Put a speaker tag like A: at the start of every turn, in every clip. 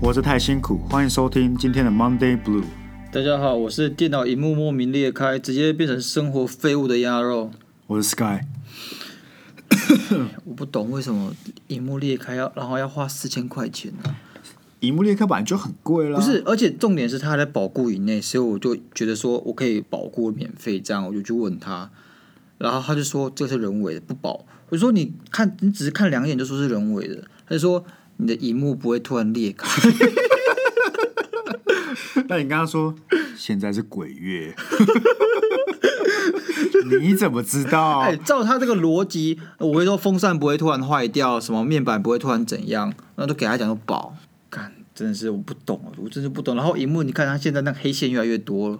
A: 活着太辛苦，欢迎收听今天的 Monday Blue。
B: 大家好，我是电脑荧幕莫名裂开，直接变成生活废物的鸭肉。
A: 我是 Sky，
B: 我不懂为什么荧幕裂开要，然后要花四千块钱啊呢、
A: 荧幕裂开版就很贵啦。
B: 不是，而且重点是他还在保固以内，所以我就觉得说我可以保固免费，这样我就去问他，然后他就说这是人为的，不保。我说你看，你只是看两眼就说是人为的，他就说你的荧幕不会突然裂开。
A: 那你刚刚说现在是鬼月， 你怎么知道？
B: 哎、照他这个逻辑，我会说风扇不会突然坏掉，什么面板不会突然怎样，然后都给他讲说保。干，真的是我不懂，我真是不懂。然后荧幕，你看他现在那个黑线越来越多了，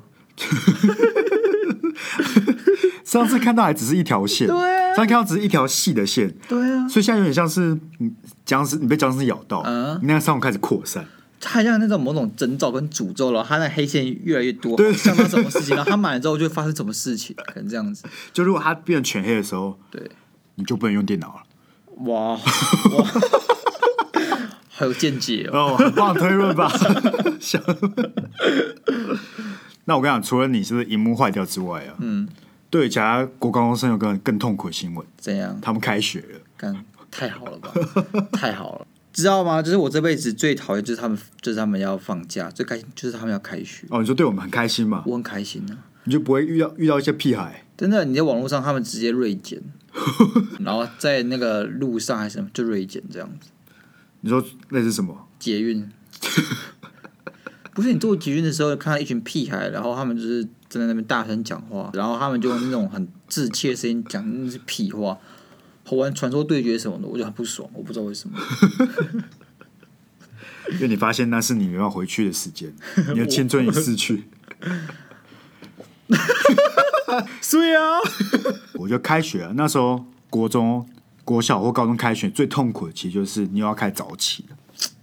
A: 上次看到还只是一条线，
B: 对啊
A: 上次看到只是一条细的线，
B: 对啊，
A: 所以现在有点像是你僵尸，你被僵尸咬到，
B: 嗯
A: 你那个伤口开始扩散。
B: 他像那种某种征兆跟诅咒了，他那黑线越来越多，想到什么事情，然后他买了之后就会发生什么事情，可能这样子。
A: 就如果它变成全黑的时候，
B: 对，
A: 你就不能用电脑了。
B: 哇， 哇好有见解哦。
A: 哦，很棒的推论吧。 想那我跟你讲，除了你是不是荧幕坏掉之外啊，嗯，对，其他国高中生有个更痛苦的新闻，
B: 怎样？
A: 他们开学了。
B: 干，太好了吧，太好了。知道吗？就是我这辈子最讨厌，就是他们，就是他们要放假，最开心就是他们要开学，
A: 哦，你说对我们很开心嘛？
B: 我很开心啊！
A: 你就不会遇到遇到一些屁孩，
B: 真的，你在网络上他们直接锐减，然后在那个路上还是什么就锐减这样子，
A: 你说那是什么？
B: 捷运。不是你坐捷运的时候，看到一群屁孩，然后他们就是站在那边大声讲话，然后他们就用那种很稚气的声音讲那些屁话，好玩传说对决什么的，我就很不爽，我不知道为什么。
A: 因为你发现那是你没办法回去的时 间，你的青春已逝去。
B: 对啊，
A: 我觉得开学啊，那时候国中、国小或高中开学最痛苦的，其实就是你又要开早起了，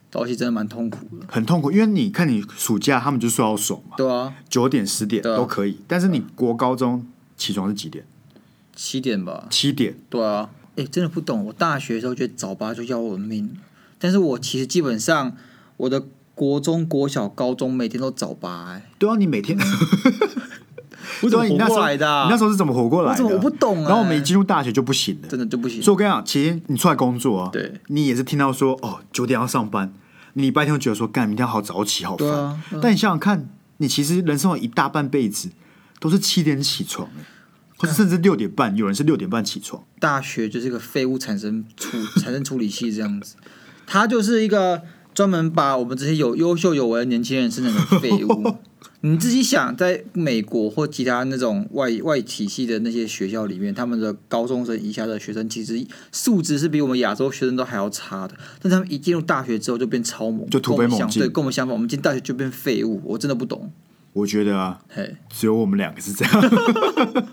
B: 早起真的蛮痛苦的。
A: 很痛苦。因为你看你暑假他们就睡到爽嘛，
B: 对啊，
A: 九点、十点
B: 对啊
A: 都可以，但是你国高中起床是几点？
B: 七点吧。
A: 七点，
B: 对啊，哎、真的不懂。我大学的时候觉得早八就要我的命了，但是我其实基本上我的国中、国小、高中每天都早八、欸，
A: 对啊，你每 天，
B: 我怎么
A: 对啊你那时
B: 活
A: 候
B: 过来的啊、
A: 你那时候是怎么活过来
B: 我
A: 的？
B: 怎么我不懂啊
A: 然后我们一进入大学就不行了，
B: 真的就不行
A: 所以。我跟你讲，其实你出来工作啊，
B: 对，
A: 你也是听到说哦九点要上班，你礼拜天就觉得说干明天好早起好烦，
B: 对啊
A: 但你想想看，你其实人生有一大半辈子都是七点起床、欸，或者甚至六点半，有人是六点半起床，
B: 大学就是一个废物产生处 产生处理器这样子，它就是一个专门把我们这些有优秀有为的年轻人生成的废 物。你自己想，在美国或其他那种外外体系的那些学校里面，他们的高中生以下的学生其实素质是比我们亚洲学生都还要差的，但是他们一进入大学之后就变超猛，
A: 就突飞
B: 跟我们
A: 猛
B: 相
A: 进
B: 对，跟我们相反，我们进大学就变废物，我真的不懂。
A: 我觉得啊，
B: 嘿，
A: 只有我们两个是这样，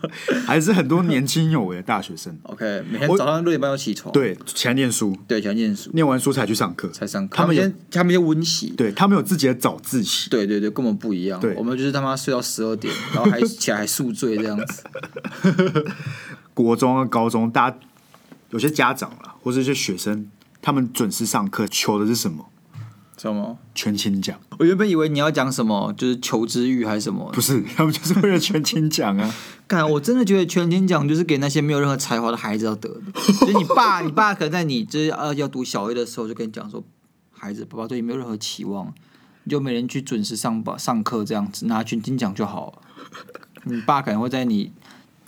A: 还是很多年轻有为的大学生，
B: OK，每天
A: 我
B: 早上六点半要起床，
A: 对，起来念书，
B: 对，想念书
A: 念完书才去上课，
B: 才上课，
A: 他们有
B: 先他们先温习，
A: 对他们有自己的早自习，
B: 对对对，根本不一样
A: 对。
B: 我们就是他妈睡到十二 点，然后还起来还宿醉这样子。
A: 国中啊、高中，大家有些家长啦，或者一些学生，他们准时上课，求的是什么？
B: 知道吗？
A: 全勤奖，
B: 我原本以为你要讲什么，就是求知欲还是什么
A: 不。是 他们就是为了全勤奖啊。
B: 看，我真的觉得全勤奖就是给那些没有任何才华的孩子要得的。 就是你爸，你爸可能在你就是呃要读小一的时候就跟你讲说，孩子，爸爸对你没有任何期望，你就每天去准时上班上课这样子，拿全勤奖就好了。你爸可能会在你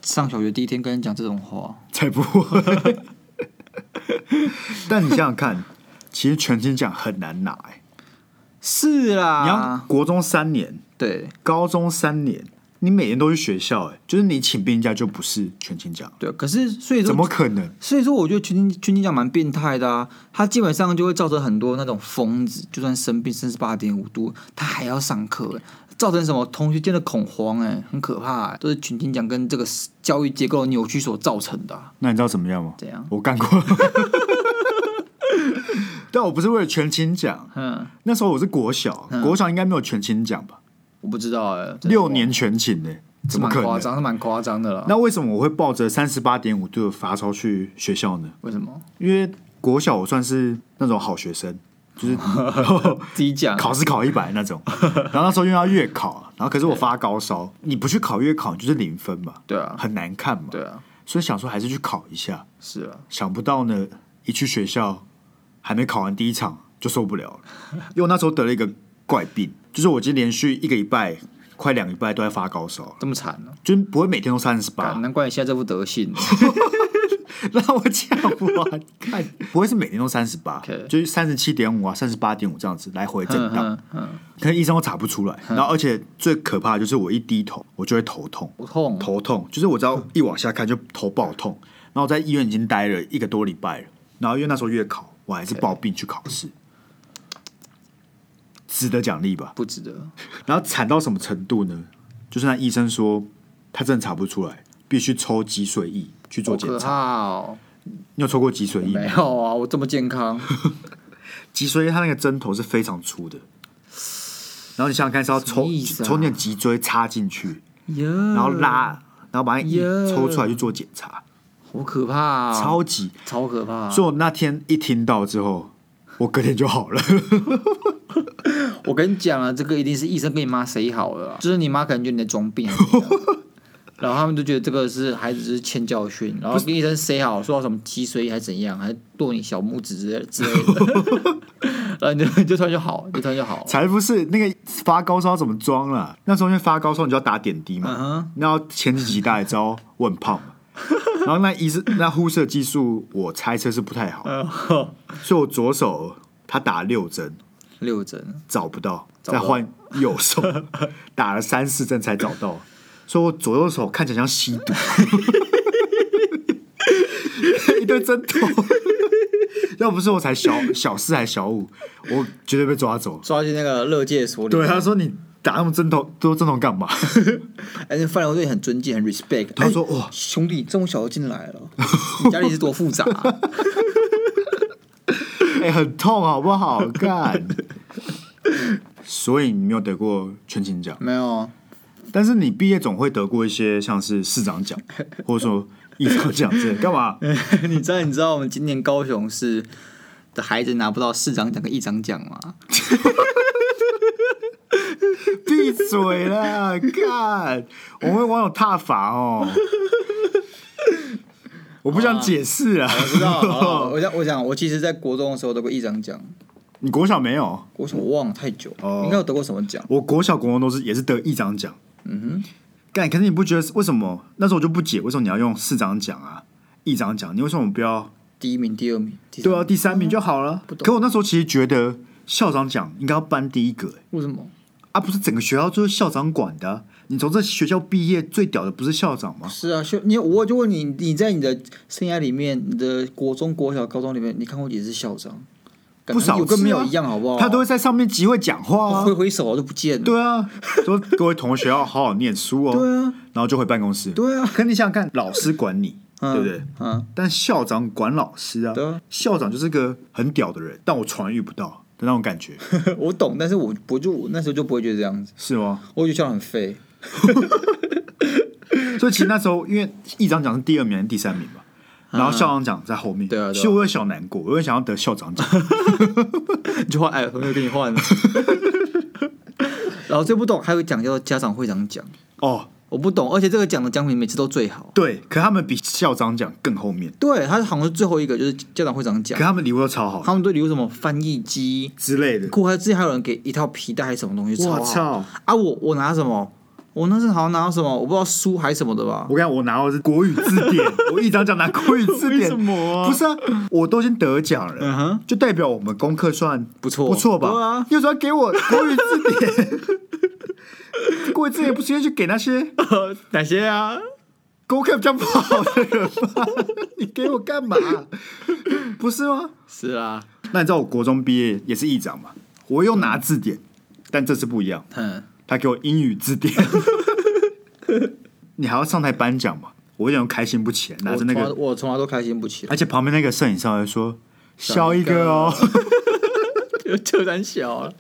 B: 上小学第一天跟你讲这种话。
A: 才不会。 但你想想看，其实全勤奖很难拿、欸，
B: 是
A: 你
B: 啦
A: 要，国中三年，
B: 对
A: 高中三年，你每年都去学校、欸，就是你请病假就不是全勤奖，
B: 对，可是所以说
A: 怎么可能？
B: 所以说，我觉得群金群金奖蛮变态的啊，它基本上就会造成很多那种疯子，就算生病三十八点五度，他还要上课、欸，造成什么同学间的恐慌、欸，很可怕、欸，都是群金奖跟这个教育结构的扭曲所造成的啊、
A: 那你知道怎么样吗？
B: 怎样
A: 我 干过。但啊我不是为了全勤奖，
B: 嗯，
A: 那时候我是国小，国小应该没有全勤奖吧？
B: 我不知道哎、欸，真的
A: 六年全勤呢、
B: 是
A: 怎么
B: 蛮
A: 可
B: 夸
A: 能？
B: 张，是蛮夸张的了。
A: 那为什么我会抱着三十八点五度的罚抄去学校呢？
B: 为什么？
A: 因为国小我算是那种好学生，就是
B: 自己讲，
A: 考试考一百那 种，然后那时候又要月考，啊然后可是我发高烧，你不去考月考你就是零分嘛，
B: 对啊，
A: 很难看嘛，
B: 对啊，
A: 所以想说还是去考一下，
B: 是啊，
A: 想不到呢，一去学校还没考完第一场就受不了 了，因为我那时候得了一个怪病，就是我已经连续一个礼拜、快两个礼拜都在发高烧了，
B: 这么惨呢、
A: 就是不会每天都三十
B: 啊
A: 八，，
B: 难怪你现在这副德性。
A: 让我讲不完， 看不会是每天都三十八
B: OK，
A: 就是三十七点五啊、三十八点五这样子来回震
B: 嗯
A: 荡，
B: 嗯嗯，
A: 可能医生都查不出来。然后而且最可怕的就是我一低头我就会头痛，
B: 不痛，
A: 头痛，就是我只要一往下看就头爆痛，然后我在医院已经待了一个多礼拜了，然后因为那时候月考，我还是抱病去考试，值得奖励吧？
B: 不值得。
A: 然后惨到什么程度呢？就是那医生说他真的查不出来，必须抽脊髓液去做
B: 好
A: 检
B: 可
A: 查。
B: 怕哦！
A: 你有抽过脊髓液
B: 没
A: 吗？
B: 有啊，我这么健康，
A: 脊髓液它那个针头是非常粗的，然后你想想看是要
B: 什
A: 抽
B: 么意思啊
A: 从你的脊椎插进去，
B: 然
A: 然后，拉，然后把你
B: 呀
A: 抽出来去做检查，
B: 好可怕啊，
A: 超级
B: 超可怕啊！
A: 所以我那天一听到之后，我隔天就好 了。
B: 我跟你讲啊，这个一定是医生跟你妈 say 好了啊，就是你妈可能觉得你在装病还是怎 样，然后他们就觉得这个是孩子是欠教训，然后跟医生 say 好，说到什么脊髓还怎样，还剁你小拇指之类之类的， 然后你就你就突然就好，你就突然就好，
A: 才不是那个发高烧怎么装啦？那时候因为发高烧，你就要打点滴
B: 嗯
A: 嘛。
B: 哼，
A: 那前几集大家也知道我很胖 嘛，然后那医生那护士的技术，我猜测是不太好，
B: 然后
A: 所以我左手他打六针
B: 六针，
A: 找不到，
B: 找不
A: 再
B: 到
A: 换右 手打了三四针才找到，所以我左右手看起来像吸毒， 一堆针 头。要不是我才小小四还小五，我绝对被抓走。
B: 抓进那个乐界所里，
A: 对，他说你打那么针头，多针头干 嘛？
B: 而哎且范良对你很尊敬，很 respect，
A: 他说
B: 哎
A: 哇
B: 兄弟，这么小就进来 了，你家里是多复杂啊、
A: 哎、很痛好不好？干。所以你没有得过全勤奖，
B: 没有啊，
A: 但是你毕业总会得过一些像是市长奖，或者说议长奖之类的，干嘛？
B: 你知道你知道我们今年高雄市的孩子拿不到市长奖跟议长奖吗？
A: 闭嘴啦！干，我们会网友踏伐哦。我不想解释 啊，
B: 我知道，好了 我想我想我其实在国中的时候得过议长奖，
A: 你国小没有？
B: 国小我忘了太久了，
A: 哦
B: 应该有得过什么奖？
A: 我国小、国中都是也是得议长奖。
B: 嗯哼，
A: 干，可是你不觉得为什么？那时候我就不解，为什么你要用市长奖啊、议长奖？你为什么不要
B: 第一名、第二名，第三
A: 对啊
B: 名，
A: 第三名就好了？可我那时候其实觉得校长奖应该要颁第一个、欸
B: 为什么？
A: 啊，不是整个学校就是校长管的啊、你从这学校毕业，最屌的不是校长吗？
B: 是啊，就你我就问你，你在你的生涯里面，你的国中、国小、高中里面，你看过几次校长？感
A: 不
B: 觉
A: 少
B: 有跟
A: 次啊
B: 没有一样，好不好？
A: 他都会在上面集会讲话啊
B: 挥。挥手就不见了。
A: 对啊，说各位同学要好好念书哦。
B: 对啊，
A: 然后就回办公室。
B: 对啊，
A: 可你想想看，老师管你，
B: 嗯
A: 对不对？？
B: 嗯，
A: 但校长管老师啊，
B: 对啊
A: 校长就是个很屌的人，但我从来遇不到的那种感觉，
B: 我懂，但是我我就我那时候就不会觉得这样子，
A: 是吗？
B: 我觉得校长很废。
A: 所以其实那时候，因为议长奖是第二名、第三名嘛，然后校长奖在后面。
B: 啊对啊对啊
A: 其实我有小难过，我有想要得校 长奖。
B: 就换哎，朋友给你换了。然后最不懂还有一个奖叫做家长会长奖，
A: 哦，
B: 我不懂，而且这个奖的奖品每次都最好。
A: 对，可他们比校长奖更后面，
B: 对，他好像是最后一个，就是家长会长奖
A: 可，他们礼物都超好
B: 他们都留什么翻译机，
A: 之类的。
B: 酷，还有之前还有人给一套皮带还是什么东西，超
A: 我
B: 好
A: 操！
B: 啊！我我拿什么？我那时候好像拿到什么，我不知道书还是什么的吧。
A: 我跟你讲，我拿到的是国语字 典，我一张奖拿国语字典，
B: 为什么啊
A: 不是啊，我都已经得奖了，
B: 嗯哼
A: 就代表我们功课算
B: 不错
A: 不错吧？
B: 对啊
A: 你有时候给我国语字典， 国语字典不是应该去给那些
B: 哪些啊？
A: 功课比较不好的人吗？ 你给我干嘛？不是吗？
B: 是啊，
A: 那你知道我国中毕业也是议长嘛？我又拿字典，但这次不一样，
B: 嗯，
A: 他给我英语字 典。你还要上台颁奖嘛？我有点开心不起来，拿
B: 我
A: 着那
B: 从
A: 个
B: 来我从来都开心不起来，
A: 而且旁边那个摄影师还说笑一个哦。
B: 就胆小啊。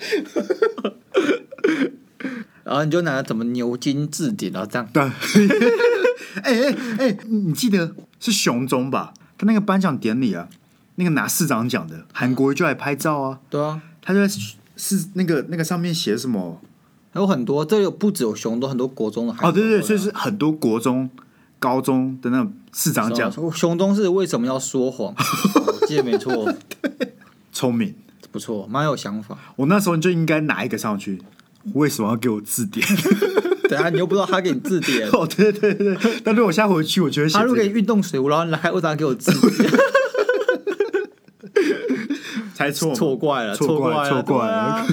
B: 然后你就拿怎么牛津字典，然后这 样
A: 对， 哎哎哎，你你记得是熊中吧？他那个颁奖典礼啊，那个拿市长奖的韩国瑜就来拍照啊，
B: 对啊，
A: 他就在是那个那个上面写什么？
B: 还有很多，这有不只有熊，都很多国中的孩子
A: 哦，对对对，
B: 都
A: 所
B: 会
A: 以
B: 啊
A: 是很多国中、高中的那种市长奖，
B: 熊中啊是为什么要 说谎？我记得没错，
A: 聪明。
B: 不错，蛮有想法。
A: 我那时候就应该拿一个上去，为什么要给我字典？，
B: 等下你又不知道他给你字典
A: 哦，对对对对，但如果我下回去，我觉得写
B: 他如
A: 这
B: 果给
A: 个
B: 你运动水壶，然后你还为啥给我字典？
A: 猜错嘛
B: 错怪了，
A: 错
B: 怪
A: 了，
B: 了，
A: 错怪
B: 对
A: 了
B: 啊。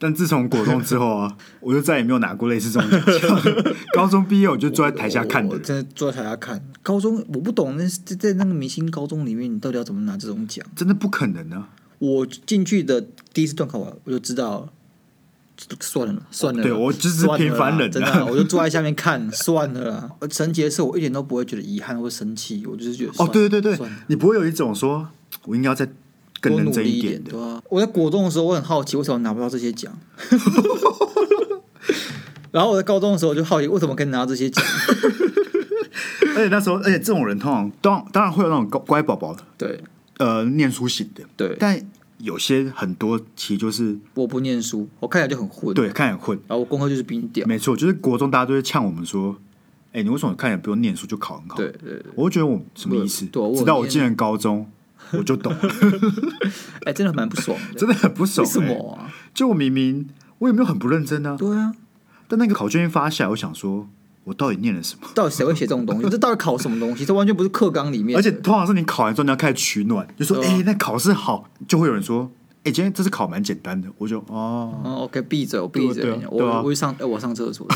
A: 但自从国中之后啊，我就再也没有拿过类似这种奖项。 高中毕业我就坐在台下看
B: 我
A: 的
B: 我，真的坐在台下看。高中我不懂，那是在在那个明星高中里面，你到底要怎么拿这种奖？
A: 真的不可能啊！
B: 我进去的第一次段考完，我就知道了算了啦，算了啦。
A: 对我就是
B: 算了啦
A: 平凡人啊
B: 真的啊，我就坐在下面看，算了啦。而神奇的是，我一点都不会觉得遗憾或生气，我就是觉得
A: 哦，
B: 算了
A: 对对对对
B: 算了，
A: 你不会有一种说我应该要再更
B: 多
A: 认
B: 努
A: 真
B: 力
A: 一
B: 点
A: 的，
B: 对啊。我在国中的时候，我很好奇为什么拿不到这些奖。 然后我在高中的时候我就好奇为什么可以拿到 这些奖，
A: 而且那时候，而且这种人通常当当然会有那种乖乖宝宝，
B: 对
A: 呃，念书型的，
B: 对，
A: 但有些很多其实就是
B: 我不念书，我看起来就很混，
A: 对看起来很混，
B: 然后我功课就是比你屌，
A: 没错，就是国中大家都会呛我们说，哎，你为什么看起来不用念书就考很好？
B: 对对对，
A: 我就觉得我什么意思？
B: 对我
A: 直到我进了高中，我就懂 了，
B: 哎，真的蛮不爽 的，
A: 真的很不
B: 为
A: 爽、
B: 什
A: 欸
B: 么啊？
A: 就我明明我也没有很不认真啊，
B: 对啊，
A: 但那个考卷一发下来，我想说，我到底念了什么？
B: 到底谁会写这种东西？这到底考什么东西？这完全不是课纲里面的，
A: 而且通常是你考完之后，你要开始取暖，就说：“
B: 对啊
A: 哎、那考试好。”就会有人说：“哎、今天这次考蛮简单的。”我就哦，
B: 哦，OK，闭嘴，我闭
A: 对
B: 嘴
A: 啊对啊，
B: 我
A: 对啊
B: 我去上，哎，我上厕所，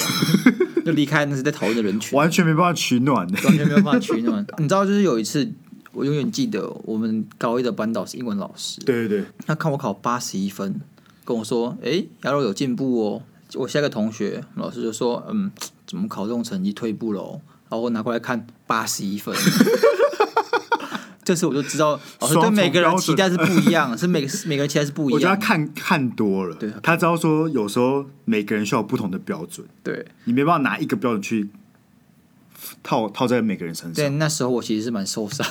B: 这样就离开那是在讨论的人群，
A: 完全没办法取 暖的。
B: 完全没有办法取暖。你知道，就是有一次，我永远记得我们高一的班导是英文老师，
A: 对对对，
B: 他看我考八十一分，跟我说：“哎、亚柔有进步哦。”我下一个同学老师就说：“嗯，怎么考这种成绩退步了、哦？”然后我拿过来看，八十一分。 这时我就知道，老师
A: 双
B: 对
A: 重
B: 每个人
A: 标准
B: 期待是不一样，是每个每个人期待是不一
A: 我觉得
B: 样
A: 他。看看多了，
B: 对
A: 他知道说有时候每个人需要有不同的标准，
B: 对
A: 你没办法拿一个标准去套套在每个人身
B: 对，
A: 上。
B: 那时候我其实是蛮受伤，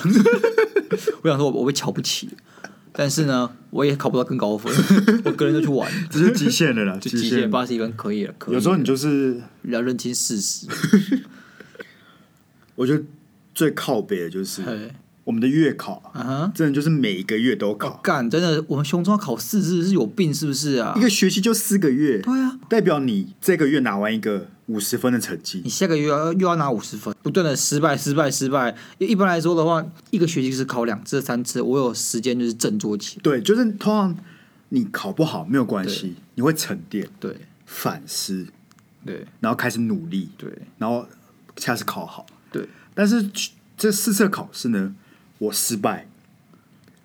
B: 我想说我我被瞧不起，但是呢，我也考不到更高分，我个人就去玩，
A: 这 是极限了啦，
B: 就极
A: 限
B: 限
A: 了。
B: 八十一分可以了，可以了。
A: 有时候你就是，
B: 要认清 事实。
A: 我觉得最靠北的就是
B: 对，
A: 我们的月考啊，
B: 啊哈。
A: 真的就是每一个月都
B: 哦
A: 考，
B: 干，真的，我们熊中要考四次是有病是不是啊
A: 一？个学期就四个月，
B: 对啊，
A: 代表你这个月拿完一个五十分的成绩
B: 你，下个月要又要拿五十分，不断的失败失败失败。因为一般来说的话，一个学期是考两次三次，我有时间就是振作起来。
A: 对，就是通常你考不好没有关系，你会沉淀、
B: 对
A: 反思，
B: 对
A: 然后开始努力，
B: 对
A: 然后下次考好。
B: 对
A: 但是这四次考试呢，我失败，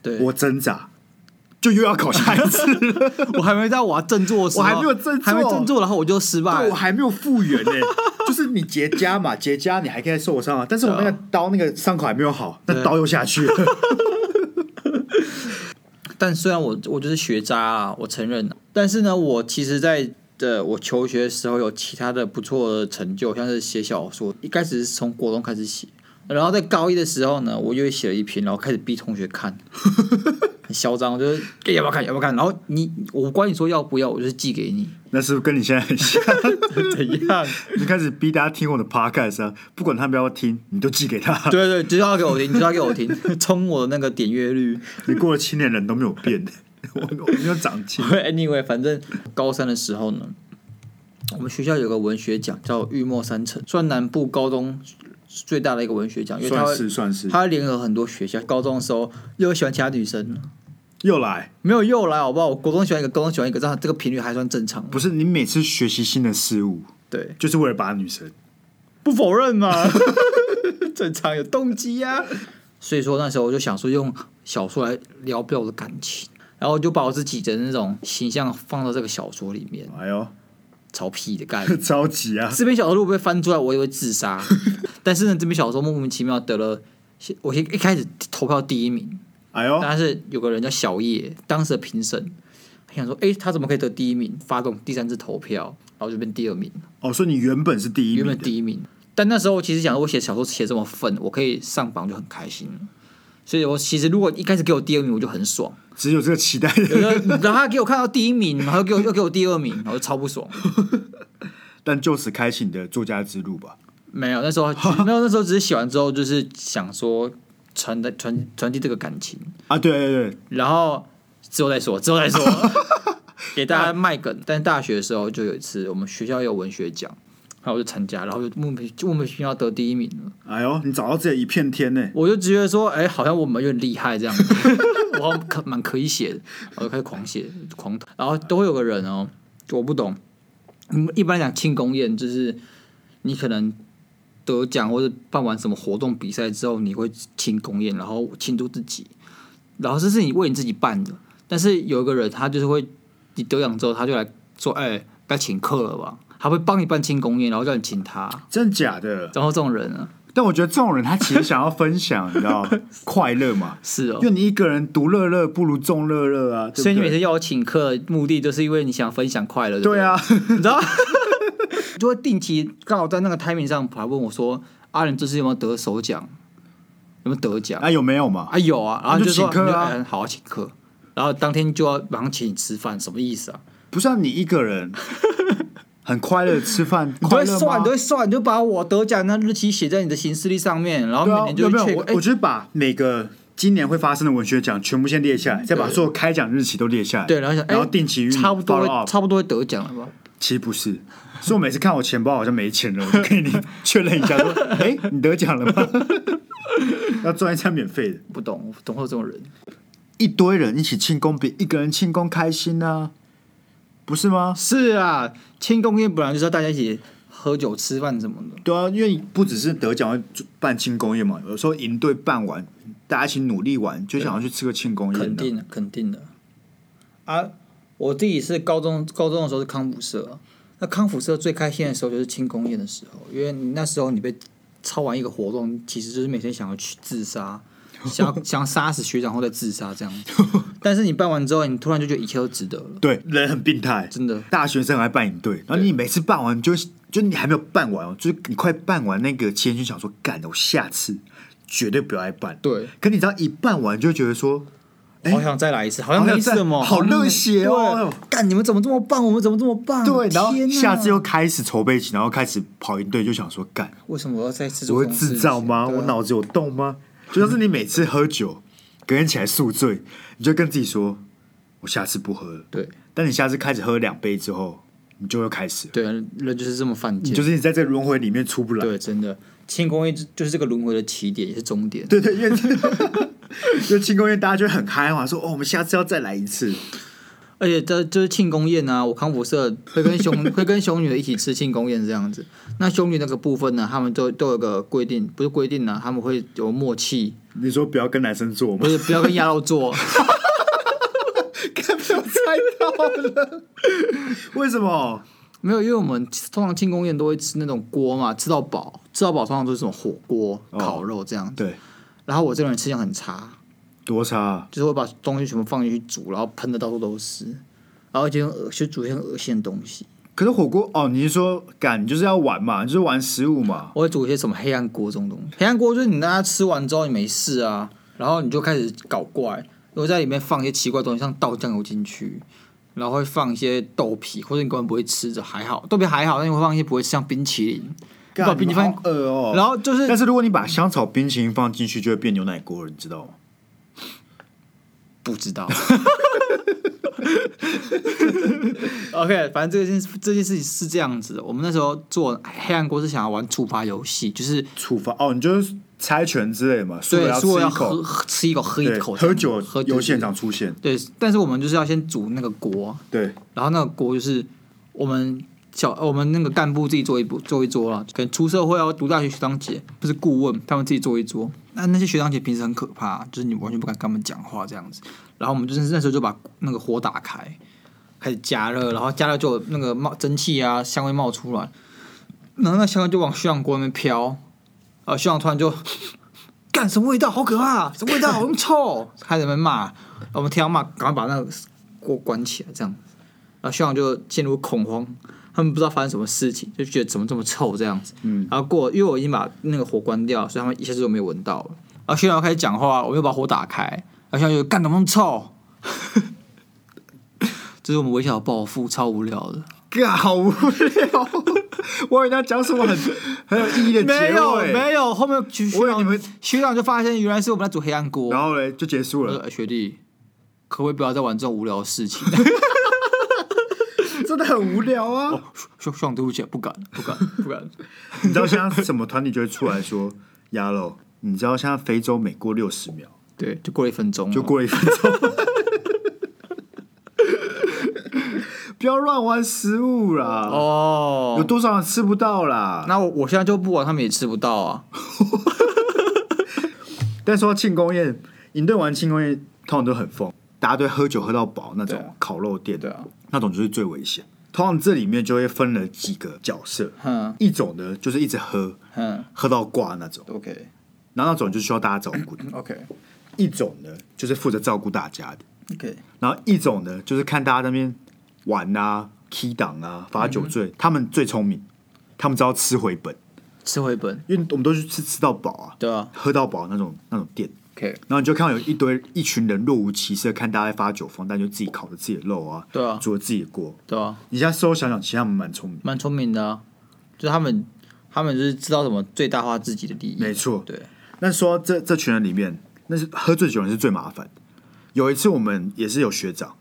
B: 对，
A: 我挣扎，就又要考下一 次了，
B: 我还没到我要振作的时候，
A: 我还没有振作
B: 还没振作，然后我就失败
A: 对我
B: 了。
A: 还没有复原 呢、就是你结痂嘛，结痂你还可以受伤啊，但是我那个刀那个伤口还没有好，那
B: 对
A: 刀又下去了。
B: 但虽然我我就是学渣啊，我承认，但是呢，我其实在。的我求学的时候有其他的不错的成就，像是写小说，一开始是从国中开始写，然后在高一的时候呢，我又写了一篇，然后开始逼同学看， 很嚣张，我就是、欸、要不要看要不要看，然后你我管你说要不要，我就是寄给你，
A: 那是不是跟你现在很像？
B: 怎样？
A: 你就开始逼大家听我的 podcast 啊，不管他们要不要听，你都寄给 他。
B: 对对，就是要给我听，就是要给我听，冲我的那个点阅率。
A: 你过了七年，人都没有变， 我我没有长 进。
B: anyway，反正高三的时候呢，我们学校有个文学奖叫玉墨三城，算南部高中最大的一个文学奖，因为它
A: 算
B: 会
A: 是算是，
B: 它会联合很多学校。高中的时候又喜欢其他女生，
A: 又来，
B: 没有又来好不好？我国中喜欢一个，高中喜欢一个，这样这个频率还算正常。
A: 不是你每次学习新的事物，
B: 对，
A: 就是为了把女生。
B: 不否认嘛， 正常有动机呀、所以说那时候我就想说用小说来聊表我的感情，然后我就把我自己的那种形象放到这个小说里面，
A: 哎呦，
B: 超屁的干。
A: 着急啊！
B: 这篇小说如果被翻出来，我也会自杀。但是呢，这篇小说莫名其妙得了，我先一开始投票第一名，
A: 哎呦，
B: 但是有个人叫小叶，当时的评审，想说，哎、他怎么可以得第一名？发动第三次投票，然后就变第二名，
A: 哦，所以你原本是第一
B: 原
A: 名
B: 本
A: 的，
B: 第一名。但那时候我其实想说，我写小说写这么愤，我可以上榜就很开心了。所以我其实如果一开始给我第二名，我就很爽。
A: 只有这个期待。
B: 有的，然后他给我看到第一名，然后给我又给我第二名，我就超不爽。
A: 但就此开启你的作家之路吧。
B: 没有，那时候没有，那时候只是写完之后，就是想说传的传传递这个感情，
A: 啊，对对对，
B: 然后之后再说，之后再说，给大家卖梗。但大学的时候就有一次，我们学校有文学奖，然后我就参加，然后就莫名就莫名其妙得第一名了。
A: 哎呦，你找到自己的一片天呢。
B: 我就觉得说，哎、好像我们有点厉害这样子， 我好像可蛮可以写的，我就开始狂写狂投，然后都会有个人哦，我不懂，嗯一般来讲庆功宴就是你可能得奖或者办完什么活动比赛之后，你会庆功宴，然后庆祝自己，然后这是你为你自己办的，但是有一个人他就是会，你得奖之后他就来说，哎、该请客了吧，他会帮你办庆功宴，然后叫你请他，
A: 真的假 的？
B: 然后这种人啊，
A: 但我觉得这种人他其实想要分享，你知 道，快乐嘛。
B: 是哦
A: 因，为你一个人独乐乐不如众乐乐啊，对不
B: 所以你每
A: 对？
B: 次要我请客，目的就是因为你想分享快乐。
A: 对
B: 不，
A: 啊，
B: 你知道， 就会定期刚好在那个 timing 上跑来问我说：“阿仁这次有没有得首奖？有没有得奖
A: 啊有没有嘛？”？
B: 啊，有啊，然后
A: 那
B: 你
A: 就
B: 就说：“
A: 请客啊
B: 你就哎好请客。”然后当天就要马上请你吃饭，什么意思啊？
A: 不是啊，你一个 人很快乐吃饭，
B: 你都
A: 快
B: 会
A: 乐
B: 算，
A: 吗
B: 你都？会算，你就把我得奖那日期写在你的行事历上面，然后
A: 对
B: 每
A: 啊，
B: 年就
A: 有
B: 会
A: 没有？
B: check，
A: 我我
B: 哎，
A: 觉得把每个今年会发生的文学奖全部先列下来，再把所有开奖日期都列下来，
B: 对，然后想，
A: 然后
B: 哎
A: 定期
B: 差不多
A: follow
B: 会
A: up
B: 差不多会得奖了吧？
A: 其实不是，所以我每次看我钱包好像没钱了，我就 跟你确认一下 说，哎、你得奖了吗？ 要赚一餐免费的，
B: 不懂，我不懂会有这种人。
A: 一堆人一起庆功比一个人庆功开心啊，不是吗？
B: 是啊，庆功宴本来就是要大家一起喝酒吃饭什么的。
A: 对啊，因为不只是得奖就办庆功宴嘛，有时候营队办完，大家一起努力完，就想要去吃个庆功宴、啊。
B: 肯定的，肯定的。啊，我自己是高中高中的时候是康复社，那康复社最开心的时候就是庆功宴的时候，因为你那时候你被抄完一个活动，其实就是每天想要去自杀， 想要想要杀死学长或者自杀这样 子。但是你办完之后，你突然就觉得一切都值得了，
A: 对，人很病态，
B: 真的。
A: 大学生还办营队，然后你每次办完就就你还没有办完哦，就是你快办完那个期间就想说，干，我下次绝对不要来办。
B: 对，
A: 可你只要一办完，就觉得说，
B: 好想再来一次，哎好像
A: 好想
B: 没
A: 再
B: 什么，
A: 好热血哦
B: 对干，你们怎么这么棒？我们怎么这么棒？
A: 对，然后
B: 天哪
A: 下次又开始筹备起，然后开始跑营队，就想说，干，
B: 为什么我要再次
A: 我
B: 做
A: 会
B: 这种事
A: 自
B: 情？
A: 造吗？
B: 对啊
A: 我脑子有洞吗？就像是你每次喝酒，隔天起来宿醉，你就跟自己说，我下次不喝了。
B: 对
A: 但你下次开始喝两杯之后，你就又开始了，
B: 对啊，人就是这么犯贱
A: 就。是你在这个轮回里面出不来。
B: 对，真的，庆功宴就就是这个轮回的起点，也是终点。啊
A: 对对，因为 就庆功宴大家就会很嗨嘛，说哦，我们下次要再来一次。
B: 而且这就是庆功宴啊，我康复社会跟熊会跟熊女的一起吃庆功宴这样子。那熊女那个部分呢，他们都都有个规定，不是规定啊，他们会有默契，
A: 你说不要跟男生做
B: 不
A: 吗？
B: 是不要跟鸭肉做，
A: 看，被 我猜到了，为什么？
B: 没有，因为我们通常庆功宴都会吃那种锅嘛，吃到饱，吃到饱通常都是什么火锅、烤肉这样子。
A: 对，
B: 然后我这个人吃相很差，
A: 多差、啊。
B: 就是会把东西全部放进去煮，然后喷的到处都是，然后就很恶，就煮一些很恶心的东西。
A: 可是火锅哦，你是说敢就是要玩嘛，就是玩食物嘛？
B: 我会煮一些什么黑暗锅这种东西。黑暗锅就是啊你大家吃完之后你没事啊，然后你就开始搞怪，然后在里面放一些奇怪的东西，像倒酱油进去，然后会放一些豆皮，或者你根本不会吃的还好，豆皮还好，但你会放一些不会吃，像冰淇淋，你
A: 干
B: 把冰
A: 你
B: 淇淋放
A: 们好恶哦。
B: 然后就是
A: 但是如果你把香草冰淇淋放进去，就会变牛奶锅了，你知道吗？
B: 不知道。OK，反正这件这件事情是这样子的。我们那时候做黑暗锅是想要玩触发游戏，就是
A: 处罚哦，你就是猜拳之类嘛，输
B: 对
A: 了，要吃
B: 所以我要
A: 一
B: 喝
A: 口，
B: 喝吃一口，喝
A: 对，
B: 一口这样，
A: 喝酒
B: 喝
A: 有现场出现，
B: 对，但是我们就是要先煮那个锅，
A: 对，
B: 然后那个锅就是我们小呃我们那个干部自己做一桌做一桌啦，可能出社会啊、读大学学长姐不是顾问，他们自己做一桌。那那些学长姐平时很可怕，就是你完全不敢跟他们讲话这样子。然后我们就是那时候就把那个火打开，开始加热，然后加热就有那个冒蒸汽啊香味冒出来，然后那香味就往学长锅那边飘，啊，学长突然就。干什么味道？好可怕！什么味道？好臭！开始在那边骂，然后我们听到骂，赶快把那个我关起来这样子，然后校长就陷入恐慌，他们不知道发生什么事情，就觉得怎么这么臭这样子，嗯，然后过，因为我已经把那个火关掉，所以他们一下子就没有闻到了，然后校长开始讲话，我又把火打开，然后校长就干怎么那么臭， 这是我们微小的报复，超无聊的。
A: 干好无聊， 我以为你要讲什么很很有意义的
B: 没
A: 结
B: 有
A: 尾，
B: 没有，后面学
A: 我以为
B: 长
A: 你们
B: 学长就发现原来是我们在煮黑暗锅。
A: 然后嘞就结束
B: 我说
A: 了，
B: 哎学弟，可不可以不要再玩这种无聊的事情？
A: 呃真的很无聊啊！
B: 学学长，对不起，不敢，不敢，不敢。
A: 你知道现在什么团体就会出来说亚喽？你知道现在非洲每过六十秒
B: 对，就过了一分钟，
A: 就。过一分 钟，不要乱玩食物啦！有
B: 哦，
A: 多少人吃不到啦？
B: 那我我现在就不玩，他们也吃不到啊。
A: 但说到庆功宴，营队玩庆功宴通常都很疯，大家都会喝酒喝到饱那种烤肉店，
B: 对啊，
A: 那种就是最危险。通常这里面就会分了几个角色，
B: 哼
A: 一种呢就是一直喝，
B: 哼
A: 喝到挂那种，
B: 嗯，OK
A: 然后那种就需要大家照顾的；
B: OK
A: 一种呢就是负责照顾大家的，
B: OK，
A: 然后一种呢就是看大家在那边玩啊、踢档啊、罚酒
B: 嗯
A: 醉，他们最聪明，他们知道吃回本，
B: 吃回本，
A: 因为我们都去吃吃到饱啊，
B: 对啊
A: 喝到饱那种那种店。
B: ，OK，
A: 然后你就看到有一堆一群人若无其事的看大家在发酒疯，但就自己烤着自己的肉啊，
B: 对啊
A: 煮着自己的锅。
B: 对啊，
A: 你现在事后想想，其实他们蛮聪明，
B: 蛮聪明的啊，就是他们他们就是知道怎么最大化自己的利益。
A: 没错。
B: 对，
A: 那说到这这群人里面，那是喝醉酒的人是最麻烦的。有一次我们也是有学长，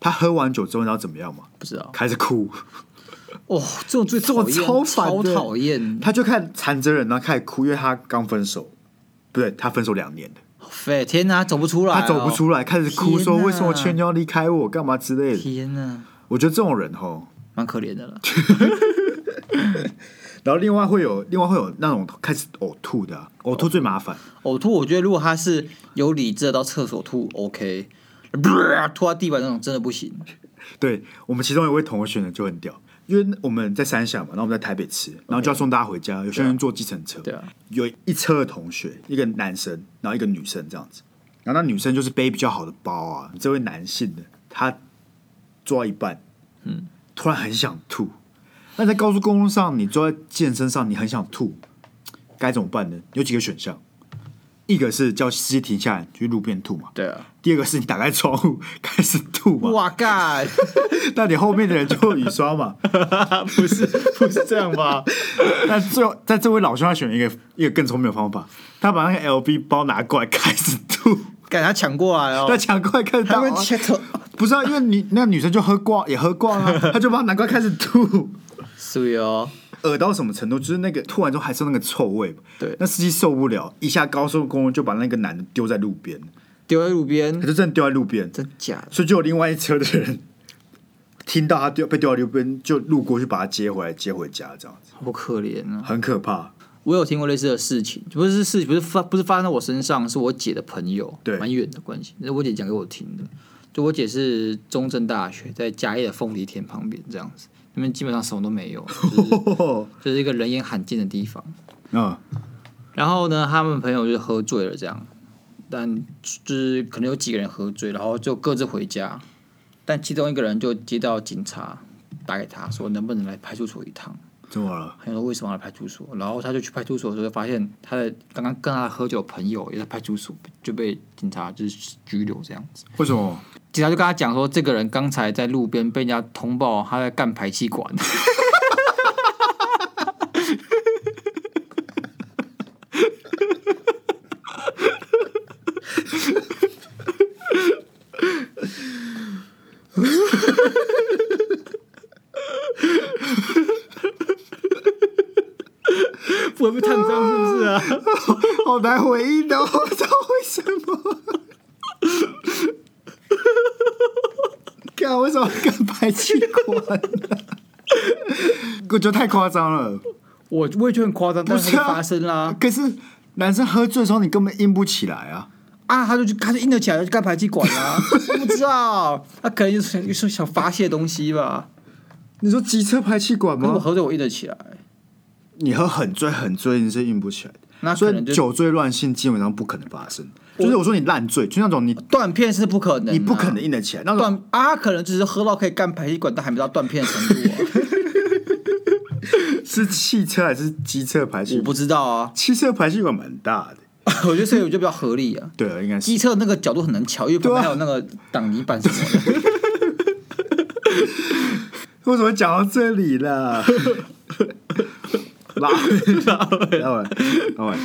A: 他喝完酒之后你知道怎么样吗？
B: 不知道。
A: 开始哭，
B: 哦，这种最
A: 这种
B: 讨厌，
A: 超烦
B: 超
A: 的
B: 讨厌，
A: 他就看残疾人，然后开始哭，因为他刚分手，不对，他分手两年了，
B: 废天哪，走不出来、啊
A: 他走不出
B: 来，
A: 来，开始哭
B: 天
A: 说
B: 哪
A: 为什么千要离开我，干嘛之类的。
B: 天哪，
A: 我觉得这种人吼，
B: 蛮可怜的了。
A: 然后另外会有，另外会有那种开始呕吐的啊、呕吐最麻烦。
B: 呕吐，我觉得如果他是有理智的到厕所吐，OK，吐到地板那种真的不行。
A: 对我们其中有一位同学呢就很屌，因为我们在三峡嘛，然后我们在台北吃，然后就要送大家回家，有些人坐计程车，
B: 对啊，
A: 有一车的同学，一个男生，然后一个女生这样子，然后那女生就是背比较好的包啊，这位男性的他坐到一半，
B: 嗯，
A: 突然很想吐，那在高速公路上，你坐在健身上，你很想吐，该怎么办呢？有几个选项，一个是叫司机停下来去路边吐嘛，
B: 对啊，
A: 第二个是你打开窗户开始吐嘛，
B: 哇干，
A: 那你后面的人就会雨刷嘛。
B: 不是不是这样 吧？
A: 那最后，在这位老兄他选了一个一个更聪明的方法，他把那个 LV 包拿过来开始吐，
B: 赶他抢过来
A: 他
B: 哦，
A: 抢过来开始
B: 他会
A: 吐。
B: 切头，
A: 不是啊，因为你那个女生就喝挂也喝挂 啊，他就把它拿过来开始吐，
B: 是哦，
A: 恶到什么程度？就是那个吐完之后还是那个臭味，
B: 对
A: 那司机受不了，一下高速公路就把那个男的丢在路边，
B: 丢在路边
A: 他，就真的丢在路边，
B: 真假的？
A: 所以就有另外一车的人听到他丢被丢在路边，就路过去把他接回来接回家，这样子
B: 好可怜啊！
A: 很可 怕。
B: 我有听过类似的事情，不是事情，不是发，不是发生在我身上，是我姐的朋友，
A: 对
B: 蛮远的关系，那是我姐讲给我听的。就我姐是中正大学，在嘉义的凤梨田旁边这样子，那边基本上什么都没有，就是、
A: 哦
B: 就是一个人烟罕见的地方。
A: 嗯，
B: 然后呢，他们朋友就喝醉了这样，但就是可能有几个人喝醉，然后就各自回家，但其中一个人就接到警察打给他说，能不能来派出所一趟。
A: 怎么了？
B: 他就说为什么要来派出所？然后他就去派出所的时候，发现他的刚刚跟他的喝酒的朋友也在派出所，就被警察就是拘留这样子。
A: 为什么？
B: 警察就跟他讲说，这个人刚才在路边被人家通报他在干排气 管，不会被烫伤是不是啊？
A: 好难回应的，我不知道为什么。看为什么跟排气管、 我觉得太夸张了。
B: 我我也觉得很夸张，但
A: 不
B: 是
A: 是
B: 它
A: 啊
B: 就发生啦
A: 可是男生喝醉的时候，你根本硬不起来啊。
B: 啊他就去他就硬了起来，就去干排气管 啦、我不知道，他可能就是想就是想发泄东西吧。
A: 你说机车排气管
B: 可是我
A: 吗？
B: 喝醉，我硬得起来。
A: 你喝很醉很醉，你是硬不起来的。
B: 那
A: 所
B: 可
A: 以
B: 能就
A: 酒醉乱性基本上不可能发生。就是我说你烂醉，就那种你
B: 断片是不可能、啊
A: 你不可能。硬得起来，那种
B: 断啊，可能只是喝到可以干排气管，但还没到断片的程度、 啊，
A: 是汽车还是机车排气
B: 我不知道啊。
A: 汽车排气管蛮大的，
B: 我觉得所以我就比较合理啊。
A: 对啊，应该
B: 机
A: 是。
B: 车那个角度很难调，因为旁
A: 啊
B: 边还有那个挡泥板什么的。
A: 为什么讲到这里了？ 拉 回来，拉回来，拉回 来。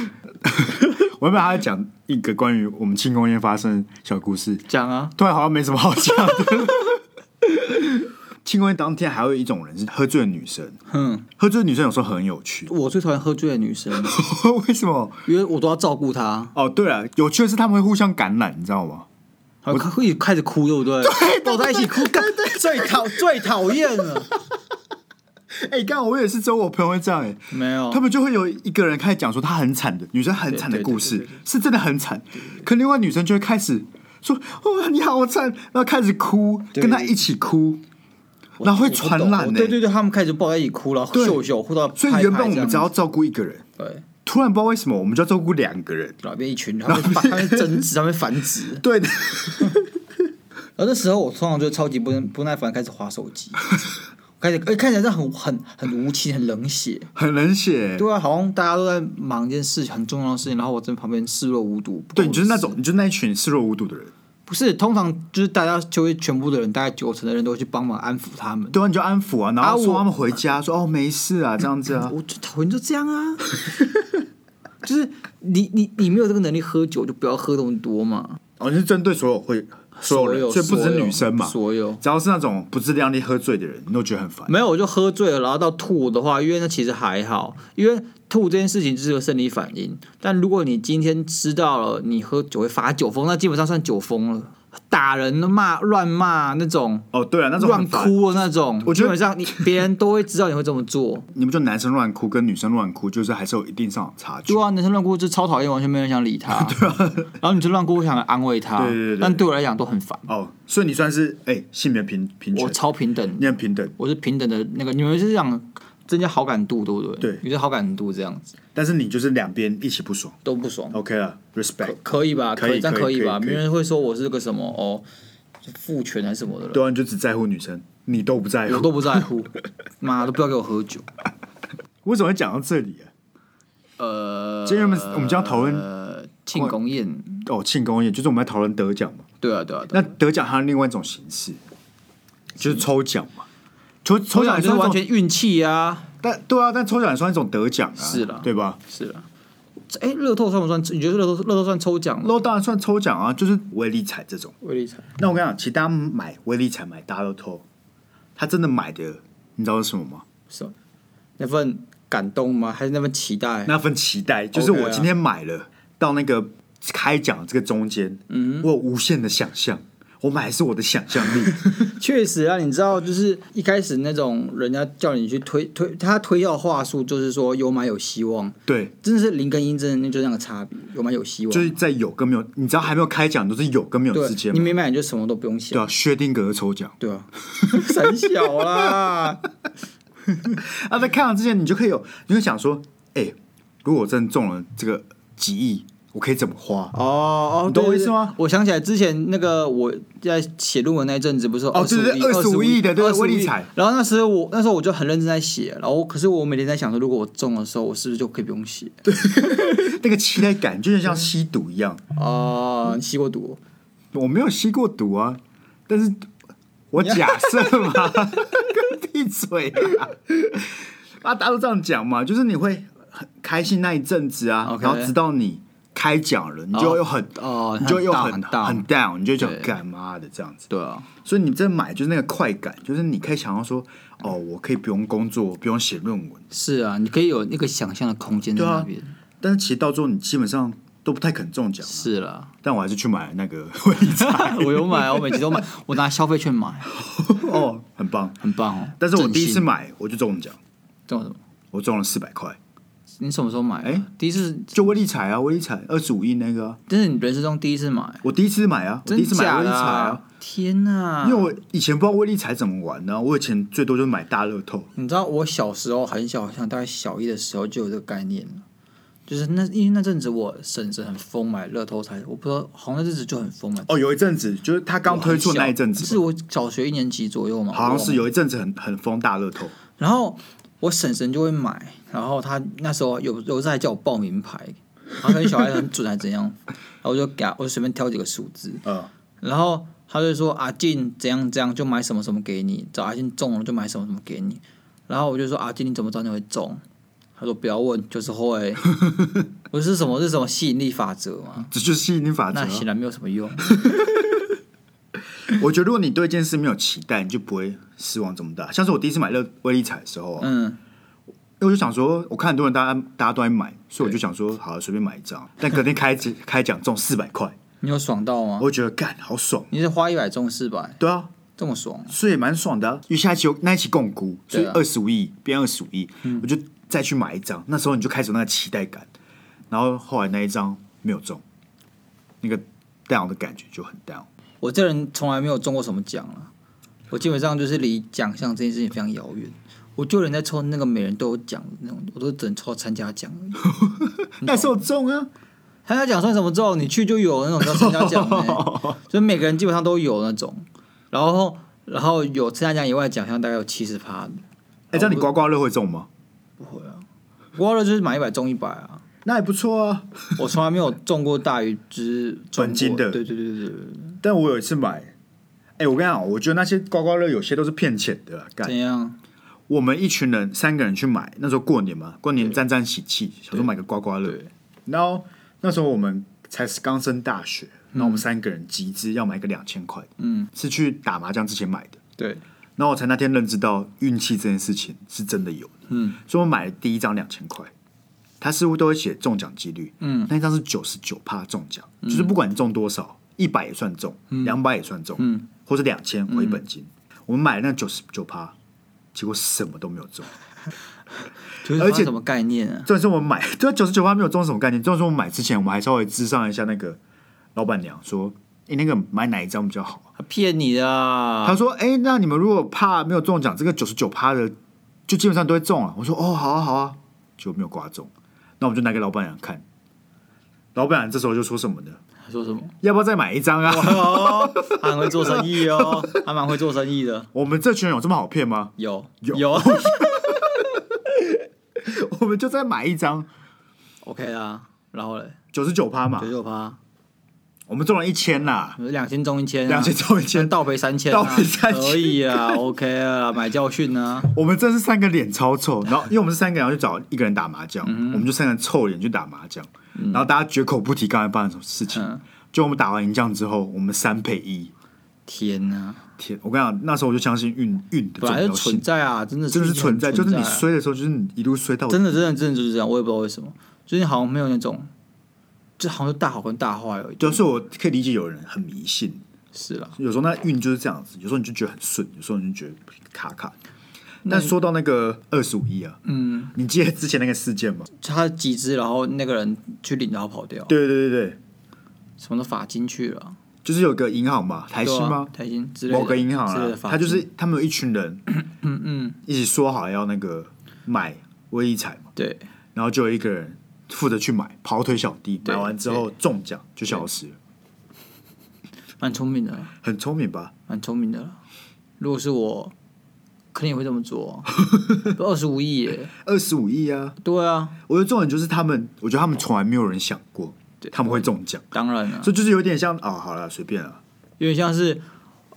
A: 我本来还要讲一个关于我们庆功宴发生的小故事，
B: 讲啊，
A: 突然好像没什么好讲 的。庆功宴当天还有一种人是喝醉的女生，
B: 哼，
A: 喝醉的女生有时候很有趣，
B: 我最讨厌喝醉的女 生，啊
A: 为什么？
B: 因为我都要照顾她，
A: 哦，对了，有趣的是他们会互相感染，你知道吗？
B: 还会开始哭，对不对？抱在一起哭，干最讨最讨厌了。
A: 哎、刚刚我也是，只有我朋友会这样哎、
B: 没有，
A: 他们就会有一个人开始讲说她很惨的女生很惨的故
B: 对
A: 事，是真的很惨。可另外女生就会开始说：“哦，你好惨！”然后开始哭，跟她一起哭，然后会传染呢、
B: 我对对对，他们开始抱在一起哭，然后
A: 对
B: 秀秀，或者
A: 所以原本我们只要照顾一个人，
B: 对，
A: 突然不知道为什么我们就要照顾两个人。
B: 然后变一群，他们发他们争执，他们繁殖。
A: 对的，
B: 然后这时候我通常就超级不不耐烦，开始划手 机，开始哎看起来是很很很无情、很冷血。
A: 很冷血。欸
B: 对啊，好像大家都在忙一件事很重要的事情，然后我在旁边视若无睹。不关
A: 对，你
B: 我
A: 就是那
B: 事
A: 种，你就是那一群视若无睹的人。
B: 不是通常就是大家就会全部的人，大概九成的人都会去帮忙安抚他们。
A: 对啊，你就安抚啊，然后送
B: 我
A: 他们回家，说：“哦，没事 啊，这样子啊。”
B: 我最讨厌就这 样啊，就是你你你没有这个能力喝酒，就不要喝那么多嘛。
A: 哦，你是针对所有会所有人，所以不只
B: 所
A: 是
B: 有
A: 女生嘛，
B: 所有
A: 只要是那种不自量力喝醉的人，你都觉得很烦。
B: 没有，我就喝醉了，然后到吐的话，因为那其实还好，因为吐这件事情就是个生理反应。但如果你今天知道了你喝酒会发酒疯，那基本上算酒疯了，打人、骂、乱骂那种，
A: 哦，对啊，那种
B: 乱
A: 很烦，
B: 哭的那种，
A: 我觉
B: 基
A: 得
B: 本 上你别人都会知道你会这么做。
A: 你不就男生乱哭跟女生乱哭，就是还是有一定上的差距
B: 对。啊，男生乱哭就超讨厌，完全没人想理 他。然后你就乱哭，我想安慰他，
A: 啊对对对对
B: 但对我来讲都很烦。
A: 哦，所以你算是哎性别平平
B: 我
A: 权，
B: 超平等，
A: 你很平等，
B: 我是平等的那个，你们是想增加好感度，对不对？
A: 对
B: 你是好感度这样子
A: 但是你就是两边一起不爽
B: 都不爽。
A: ，OK 了，respect。
B: 可以吧？
A: 哦可以
B: 这样
A: 可以
B: 以吧？
A: 可以
B: 没人会说我是个什么哦，父权还是什么的了，
A: 对啊，你就只在乎女生，你都不在
B: 我
A: 乎。
B: 都不 在乎。妈的，不要给我喝酒。
A: 为什么会讲到这里啊？
B: 呃，
A: 今天我们我们就要讨论
B: 呃庆功宴，
A: 哦，庆功宴就是我们在讨论得奖嘛。
B: 对啊对啊，对
A: 那
B: 啊
A: 得奖还有另外一种形式，就是抽奖嘛。抽抽奖也
B: 就是
A: 算一
B: 完
A: 种
B: 全运气啊，
A: 但对啊，但抽奖也算一种得奖啊，
B: 是啦
A: 对吧？
B: 是啊。哎，乐透算不算？你觉得乐透乐透算抽奖吗？
A: 那当然算抽奖啊，就是威力彩这种。
B: 威力彩
A: 那我跟你讲，其实大家买威力彩买大乐透，他真的买的，你知道是什么吗？
B: 是吧那份感动吗？还是那份期待？
A: 那份期待，就是我今天买了，到那个开奖这个中间，嗯，我有无限的想象，我买的是我的想象力，
B: 确实啊，你知道，就是一开始那种人家叫你去推推，他推销的话术就是说有买有希望，
A: 对，
B: 真的是零跟一真的就那个差别，有买有希望。
A: 就是在有跟没有，你知道还没有开奖都是有跟没有之
B: 对，
A: 间
B: 你
A: 嘛，
B: 没买你就什么都不用想
A: 对。啊，薛定谔的抽奖，
B: 对啊， 很小啦，
A: 啊，在开奖之前你就可以有，你会想说，哎、如果我真的中了这个几亿，我可以怎么花？
B: 哦哦，
A: 你懂我
B: 对
A: 意思吗？
B: 对我想起来之前那个我在写论文那一阵子，不是
A: 哦对对对
B: 25
A: 25亿的对
B: 25
A: 威力彩
B: 然后那时候我那时候我就很认真在写，然后可是我每天在想说，如果我中的时候，我是不是就可以不用写？
A: 那个期待感，就像吸毒一样。
B: 哦，你吸过毒？
A: 我没有吸过毒啊，但是我假设嘛， 闭嘴啊！啊，大家都这样讲嘛，就是你会很开心那一阵子啊
B: OK
A: 然后直到你开奖了，你就又很
B: 哦
A: 你就又
B: 很
A: 很
B: down，很 down
A: 很 down，你就想
B: 对
A: 干妈的这样子。
B: 对啊，
A: 所以你这买就是那个快感，就是你可以想要说，哦，我可以不用工作，不用写论文，
B: 是啊，你可以有那个想象的空间在
A: 对啊
B: 那边。
A: 但是其实到最后你基本上都不太肯中奖啊。
B: 是啦，
A: 但我还是去买了那个 回彩
B: 我有买，我每期都买，我拿消费券买，
A: 哦，很棒。
B: 很棒哦。
A: 但是我第一次
B: 买，
A: 买我就中奖，
B: 中了什么？
A: 我中了四百块，
B: 你什么时候买？啊
A: 哎
B: 第一次，
A: 就威力彩啊，威力彩二十五亿那个、啊，
B: 这是你人生中第一次买，
A: 我第一次买啊，我
B: 真
A: 第一次买
B: 假
A: 威力
B: 的
A: 彩
B: 啊
A: 啊，？
B: 天哪！
A: 因为我以前不知道威力彩怎么玩呢、我以前最多就是买大乐透，
B: 你知道我小时候很小，好像大概小一的时候就有这个概念了，就是那因为那阵子我婶子很疯买乐透彩，我不知道好像那阵子就很疯买。
A: 哦，有一阵子就是他刚推出那一阵子
B: 是，我小学一年级左右嘛，
A: 好像是
B: 有。
A: 有一阵子很很疯大乐透，
B: 然后我婶婶就会买，然后她那时候有有时候还叫我报名牌，她可能小孩很准还怎样， 然后我就给她我就随便挑几个数字，
A: 嗯，
B: 然后她就说阿进怎样怎样就买什么什么给你，找阿进中了就买什么什么给你，然后我就说阿进你怎么知道你会中？她说不要问，就是会， 我说是什么是什么吸引力法则嘛？
A: 这就是吸引力法则
B: 那
A: 啊。
B: 显然没有什么用，
A: 我觉得如果你对一件事没有期待，你就不会失望这么大。像是我第一次买乐威力彩的时候啊，
B: 嗯，
A: 因为我就想说，我看很多人大家大家都在买，所以我就想说，好随便买一张。但隔天开奖开奖中四百块，
B: 你有爽到吗？
A: 我就觉得干好爽。
B: 你是花一百中四百，
A: 对啊，
B: 这么爽？
A: 所以也蛮爽的、啊。因为下一期有那一期共估，所以
B: 对啊
A: 二十五亿变二十五亿，我就再去买一张。那时候你就开始有那个期待感，然后后来那一张没有中，那个 down 的感觉就很 down。
B: 我这人从来没有中过什么奖了，我基本上就是离奖项这件事情非常遥远。我就连在抽那个每人都有奖那种，我都只能抽参加奖而已。
A: 那时候中啊，
B: 参加奖算什么之后，你去就有那种叫参加奖、 欸，所以每个人基本上都有那种。然后，然后有参加奖以外的奖项大概有七十趴的，
A: 哎、这样你刮刮乐会中吗？
B: 不会啊。刮了就是买一百中一百啊，
A: 那也不错啊。
B: 我从来没有中过大于之
A: 本金的
B: 对对对对对，
A: 但我有一次买，哎、我跟你讲，我觉得那些刮刮乐有些都是骗钱的啦。啊干，
B: 怎样？
A: 我们一群人三个人去买，那时候过年嘛，过年沾沾喜气，想说买个刮刮乐。然后那时候我们才刚升大学，然后我们三个人集资要买个两千块，
B: 嗯，
A: 是去打麻将之前买的。
B: 对，
A: 然后我才那天认知到运气这件事情是真的有的，
B: 嗯，
A: 所以我买了第一张两千块，它似乎都会写中奖几率，
B: 嗯，
A: 那一张是九十九趴中奖，就是不管你中多少，一百也算中，两百也算中，
B: 嗯，
A: 或者两千回本金，我们买了那九十九趴，结果什么都没有中，
B: 就是
A: 而且
B: 什么概念啊？
A: 重点是我们买， 这九十九趴没有中什么概念，重点是我们买之前，我们还稍微咨商一下那个老板娘说，诶，那个买哪一张比较好啊？
B: 他骗你的啊！
A: 他说：“哎、那你们如果怕没有中奖，这个九十九趴的就基本上都会中了。”我说：“哦，好啊，好啊。”就没有刮中，那我们就拿给老板娘看。老板娘这时候就说什么呢？
B: 他说什么？
A: 要不要再买一张啊？
B: 哦， 他很会做生意哦，他蛮会做生意的。
A: 我们这群人有这么好骗吗？
B: 有
A: 有
B: 有
A: 我们就再买一张
B: ，OK 啦。然后嘞，
A: 九十九趴嘛
B: 九，九趴，
A: 我们中了一千啦，
B: 两千中一千啊，
A: 两千中一
B: 先
A: 千。
B: 倒赔三千啊，
A: 倒赔3000
B: 可以啊，OK 啊，买教训啊。
A: 我们真是三个脸超臭，然后因为我们是三个人要去找一个人打麻将，我们就三个人臭脸去打麻将，然后大家绝口不提刚才发生什么事情。
B: 嗯
A: 就我们打完赢仗之后，我们三配一，
B: 天呐，
A: 天，我跟你讲，那时候我就相信运运的重
B: 本来就
A: 要
B: 存
A: 性，
B: 在啊，真的
A: 真的是存在，
B: 在，
A: 就是你
B: 啊
A: 衰的时候，就是你一路衰到
B: 真的真的真的就是这样，我也不知道为什么，最近好像没有那种，就好像就大好跟大坏而已。
A: 就是我可以理解有人很迷信，
B: 是啦，
A: 有时候那运就是这样子，有时候你就觉得很顺，有时候你就觉得卡卡。但说到那个二十五亿啊，
B: 嗯，
A: 你记得之前那个事件吗？
B: 他集资，然后那个人去领，然后跑掉，
A: 对对对对，
B: 什么都法金去了，
A: 就是有个银行嘛，台新
B: 对啊
A: 吗？
B: 台新之类的
A: 某个银行
B: 之类
A: 啊
B: 的，法
A: 他就
B: 金
A: 是他们有一群 人，嗯嗯，一起说好要那个买威力彩嘛，
B: 对，
A: 然后就有一个人负责去买跑腿小弟，买
B: 对
A: 完之后中奖就消失了，
B: 蛮聪明的啦，
A: 很聪明吧？
B: 蛮聪明的啦。如果是我，肯定也会这 么做、二十五亿耶，
A: 二十五亿啊！
B: 对啊，
A: 我觉得重点就是他们，我觉得他们从来没有人想过他们会中奖，
B: 当然了，
A: 所以就是有点像啊、好了，随便了，
B: 有点像是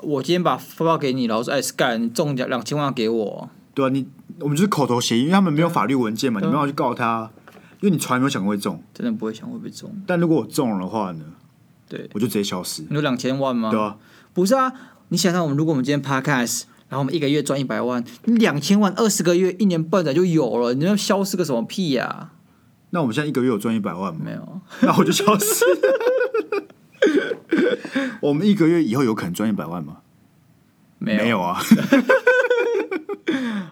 B: 我今天把发票给你，然后说，哎，Sky，你中奖两千万给我，
A: 对啊，你我们就是口头协议，因为他们没有法律文件
B: 嗯
A: 嘛，你没办法去告他，因为你从来没有想过会中。
B: 真的不会想会被中。
A: 但如果我中了的话呢，
B: 对，
A: 我就直接消失，
B: 你说两千万吗？
A: 对啊，
B: 不是啊，你想想，我们如果我们今天 Podcast。然后我们一个月赚一百万，你两千万二十个月，一年半载就有了，你要消失个什么屁呀、
A: 那我们现在一个月有赚一百万吗？
B: 没有，
A: 那我就消失。 我们一个月以后有可能赚一百万吗？
B: 没有，
A: 没有啊，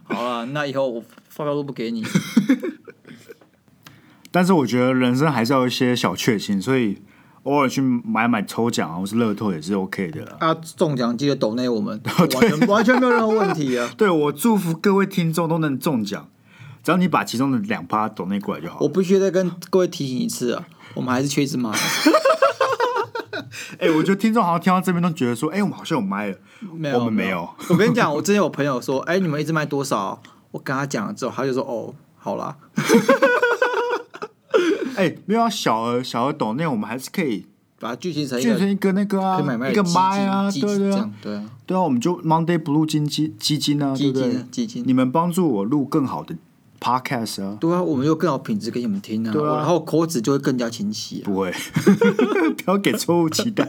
B: 好了，那以后我发票都不给你。
A: 但是我觉得人生还是要有一些小确幸，所以偶尔去买买抽奖啊，或是乐透也是 OK 的啦。
B: 啊，中奖记得抖
A: 。
B: 内我们，完全完全没有任何问题啊
A: 对我祝福各位听众都能中奖，只要你把其中的两趴抖内过来就好
B: 我。必须再跟各位提醒一次啊，我们还是缺一只马。
A: 哎、我觉得听众好像听到这边都觉得说，哎、我们好像有麦了，
B: 没有，
A: 我们没有。
B: 我跟你讲，我之前有朋友说，哎、你们一直卖多少？我跟他讲了之后，他就说，哦，好啦，
A: 哎、没有啊小额小额抖内，我们还是可以
B: 把它聚集成一
A: 变
B: 个
A: 成一个那个啊
B: 可以买卖，的
A: 一个
B: 基金
A: 麦啊，
B: 基
A: 对
B: 金
A: 对对
B: 这
A: 啊
B: 样，对啊，
A: 对啊，我们就 Monday Blue 基金基金啊，对
B: 基
A: 不
B: 金
A: 对
B: 啊？基金，
A: 你们帮助我录更好的 podcast 啊，
B: 对啊，我们有更好品质给你们听啊，
A: 对啊
B: 然后口齿就会更加清晰、啊。
A: 不 会，不要给错误期待。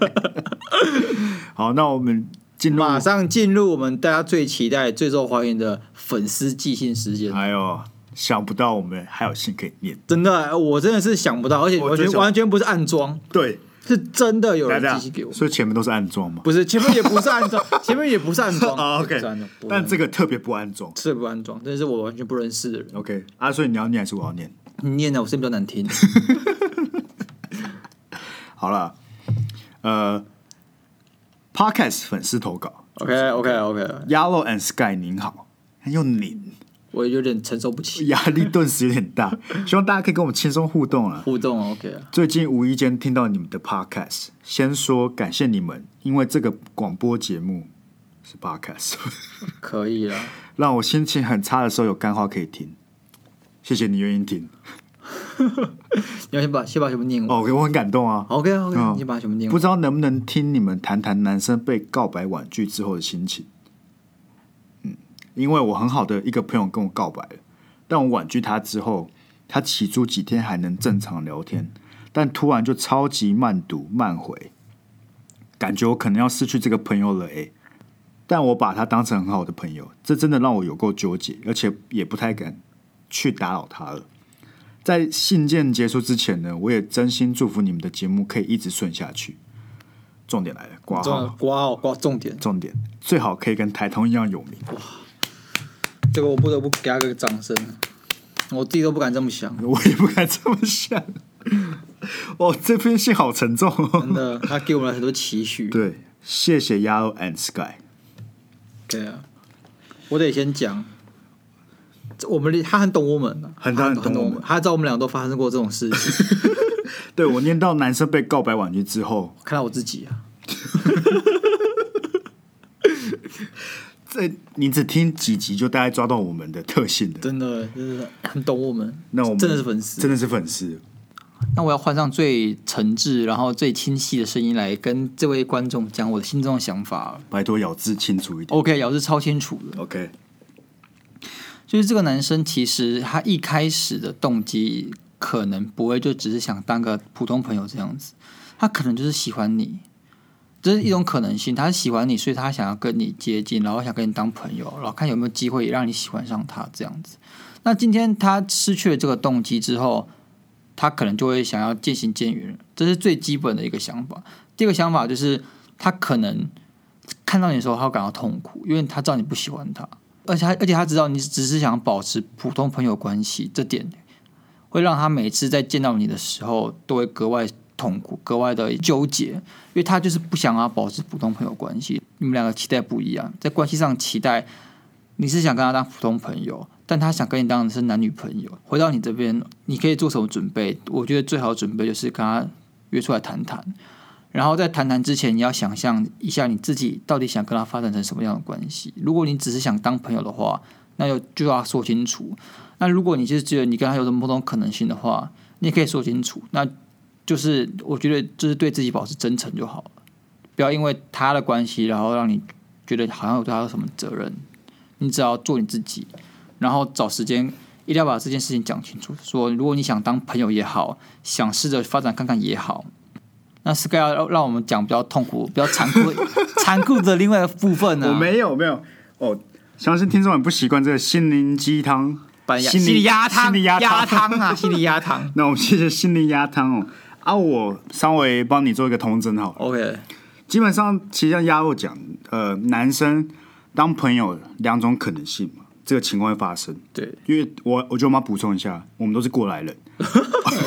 A: 好，那我们进入，
B: 马上进入我们大家最期待、最受欢迎的粉丝寄信时间。
A: 哎呦，想不到我们还有信可以念，
B: 真的，我真的是想不到，而且
A: 我
B: 完
A: 最
B: 全
A: 想
B: 完全不是暗装，
A: 对，
B: 是真的有
A: 大
B: 人
A: 家
B: 寄信给我，
A: 所以前面都是暗装嘛，
B: 不是前面也不是暗 装，前面也不是暗装
A: 啊
B: 不
A: ，OK，
B: 是暗装不是
A: 但这个特别不安装。
B: 是不安装，真的是我完全不认识的人。
A: OK，啊，所以你要念还是我要念？
B: 你念的我声音比较难 听，
A: 好了，呃，Podcast 粉丝投稿
B: OK OK OK，
A: ，Yellow and Sky，您好，又您，
B: 我有点承受不起
A: 压力顿时有点大， 希望大家可以跟我们轻松互动啊。
B: 互动啊 OK 啊，
A: 最近无意间听到你们的 Podcast，先说感谢你们，因为这个广播节目是 Podcast，
B: 可以啊，
A: 让我心情很差的时候有干话可以听。谢谢你愿意听
B: 你要先把先把全部念完。
A: 哦，我很感动啊。
B: OK OK，、
A: 嗯
B: 你先把全部念
A: 不
B: 完。
A: 知道能不能听你们谈谈男生被告白婉拒之后的心情？嗯，因为我很好的一个朋友跟我告白了，但我婉拒他之后，他起初几天还能正常聊天，但突然就超级慢读慢回，感觉我可能要失去这个朋友了诶、但我把他当成很好的朋友，这真的让我有够纠结，而且也不太敢去打扰他了。在信件结束之前呢，我也真心祝福你们的节目可以一直顺下去。重点来了，挂
B: 重
A: 号，
B: 刮哦刮重点，
A: 重点最好可以跟台通一样有名。
B: 这个我不得不给他个掌声，我自己都不敢这么想，
A: 我也不敢这么想。 哦，这篇信好沉重、 哦。
B: 真的，他给我们很多期许。
A: 对，谢谢 Yellow and Sky。
B: 对啊，我得先讲，这我们他很懂我们啊，
A: 很
B: 他
A: 很懂我们
B: 他知道我们俩都发生过这种事情，
A: 对我念到男生被告白婉拒之后，
B: 看到我自己啊，
A: 这你只听几集就大概抓到我们的特性的。
B: 真的真的很懂我们，
A: 那我们
B: 真的是粉丝，
A: 真的是粉丝。
B: 那我要换上最诚挚，然后最清晰的声音来跟这位观众讲我的心中的想法了。
A: 拜托咬字清楚一点。
B: OK，咬字超清楚的，
A: OK，
B: 就是这个男生其实他一开始的动机可能不会就只是想当个普通朋友这样子，他可能就是喜欢你，这是一种可能性。他喜欢你，所以他想要跟你接近，然后想跟你当朋友，然后看有没有机会也让你喜欢上他这样子。那今天他失去了这个动机之后，他可能就会想要渐行渐远，这是最基本的一个想法。第二个想法就是他可能看到你的时候，他会感到痛苦，因为他知道你不喜欢他，而且他而且他知道你只是想保持普通朋友关系，这点会让他每次在见到你的时候都会格外痛苦、格外的纠结，因为他就是不想要保持普通朋友关系。你们两个期待不一样，在关系上期待你是想跟他当普通朋友，但他想跟你当的是男女朋友。回到你这边，你可以做什么准备？我觉得最好的准备就是跟他约出来谈谈。然后在谈谈之前，你要想象一下你自己到底想跟他发展成什么样的关系。如果你只是想当朋友的话，那就就要说清楚。那如果你是觉得你跟他有什么某种可能性的话，你也可以说清楚。那就是我觉得就是对自己保持真诚就好了，不要因为他的关系，然后让你觉得好像有对他有什么责任。你只要做你自己，然后找时间一定要把这件事情讲清楚。说如果你想当朋友也好，想试着发展看看也好，那 Sky 要让让我们讲比较痛苦、比较残酷 的、残酷的另外一个部分啊呢、
A: 我没有没有哦，相信听众很不习惯这个心灵鸡汤，心灵心灵鸭汤。
B: 啊，心理鸭汤。
A: 那我们谢谢心灵鸭汤哦。啊，我稍微帮你做一个通证好了。
B: OK，
A: 基本上，其实像鸭肉讲，呃，男生当朋友两种可能性嘛，这个情况会发生。
B: 对，
A: 因为我我觉得我们要补充一下，我们都是过来人，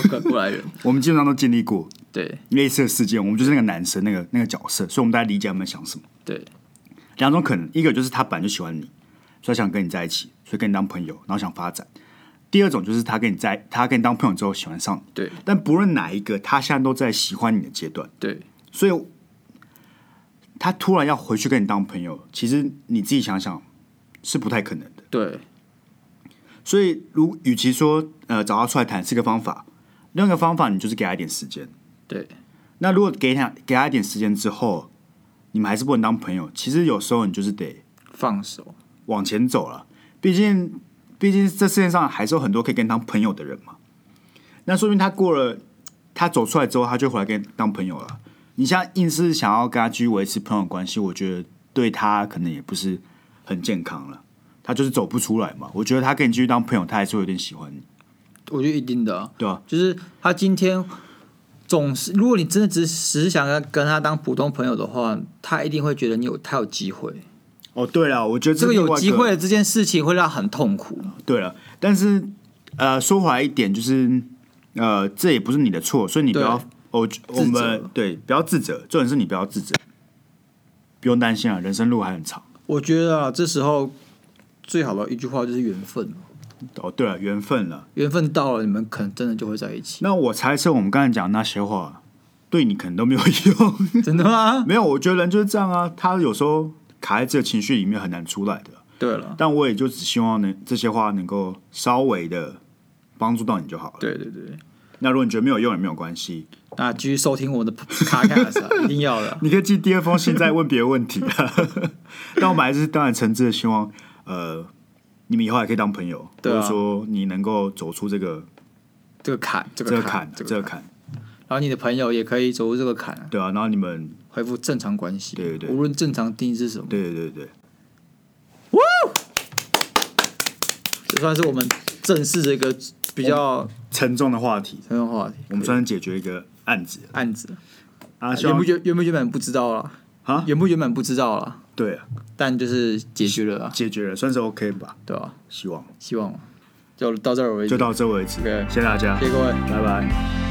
B: 过过来人，
A: 我们基本上都经历过
B: 对
A: 类似的事件，我们就是那个男生那个那个角色，所以我们大家理解他们在想什么。
B: 对
A: 两种可能，一个就是他本来就喜欢你，所以他想跟你在一起，所以跟你当朋友，然后想发展；第二种就是他跟你在，他跟你当朋友之后喜欢上你。
B: 对
A: 但不论哪一个，他现在都在喜欢你的阶段，
B: 对
A: 所以他突然要回去跟你当朋友，其实你自己想想是不太可能的。
B: 对
A: 所以，如与其说呃找他出来谈是个方法，另外一个方法你就是给他一点时间。
B: 对
A: 那如果给他给他一点时间之后，你们还是不能当朋友，其实有时候你就是得
B: 放手，
A: 往前走了。毕竟，毕竟这世界上还是有很多可以跟你当朋友的人嘛。那说明他过了，他走出来之后，他就回来跟你当朋友了。你现在硬是想要跟他继续维持朋友关系，我觉得对他可能也不是很健康了。他就是走不出来嘛。我觉得他跟你继续当朋友，他还是会有点喜欢你，
B: 我觉得一定的啊、
A: 对吧、
B: 就是他今天总是，如果你真的只只是想要跟他当普通朋友的话，他一定会觉得你有他有机会。
A: 哦，对了，我觉得
B: 这个
A: 另外一
B: 有机会的这件事情会让他很痛苦。
A: 对了，但是呃，说回来一点，就是呃，这也不是你的错，所以你不
B: 对
A: 要我我
B: 责
A: 们对不要自责，重点是你不要自责，不用担心啊，人生路还很长。
B: 我觉得啊，这时候最好的一句话就是缘分，
A: 哦，对了，缘分了。
B: 缘分到了，你们可能真的就会在一起。
A: 那我猜测我们刚才讲的那些话，对你可能都没有用。
B: 真的吗？
A: 没有，我觉得人就是这样啊，他有时候卡在这个情绪里面很难出来的。
B: 对了，
A: 但我也就只希望能这些话能够稍微的帮助到你就好了。
B: 对对对，
A: 那如果你觉得没有用也没有关系，
B: 那继续收听我们的 podcast，啊一定要的。
A: 你可以寄第二封信再问别的问题啊。 但我们还是当然诚挚的希望，呃，你们以后还可以当朋友，
B: 对啊
A: 或者说你能够走出这个
B: 这个坎，这
A: 这个
B: 个
A: 坎
B: 坎，，
A: 这
B: 这
A: 个
B: 个坎，
A: 坎，
B: 然后你的朋友也可以走入这个坎，
A: 对啊。然后你们，
B: 恢复正常关系。
A: 对对对
B: 无论正常定义是什么，
A: 对对对对，
B: 这算是我们正式的一个比较
A: 沉重的话题，
B: 深的话题。
A: 我们算是解决一个案子
B: 案子
A: 啊，希
B: 原
A: 望
B: 不原原不原本不知道了
A: 啊
B: 原不原本不知道了，
A: 对啊，
B: 但就是解决了啊，
A: 解决了，算是 OK 吧，
B: 对吧、
A: 希望
B: 希望就到这儿为止
A: 就。到这为止
B: OK，
A: 谢谢大家，
B: 谢谢各位。
A: 拜拜。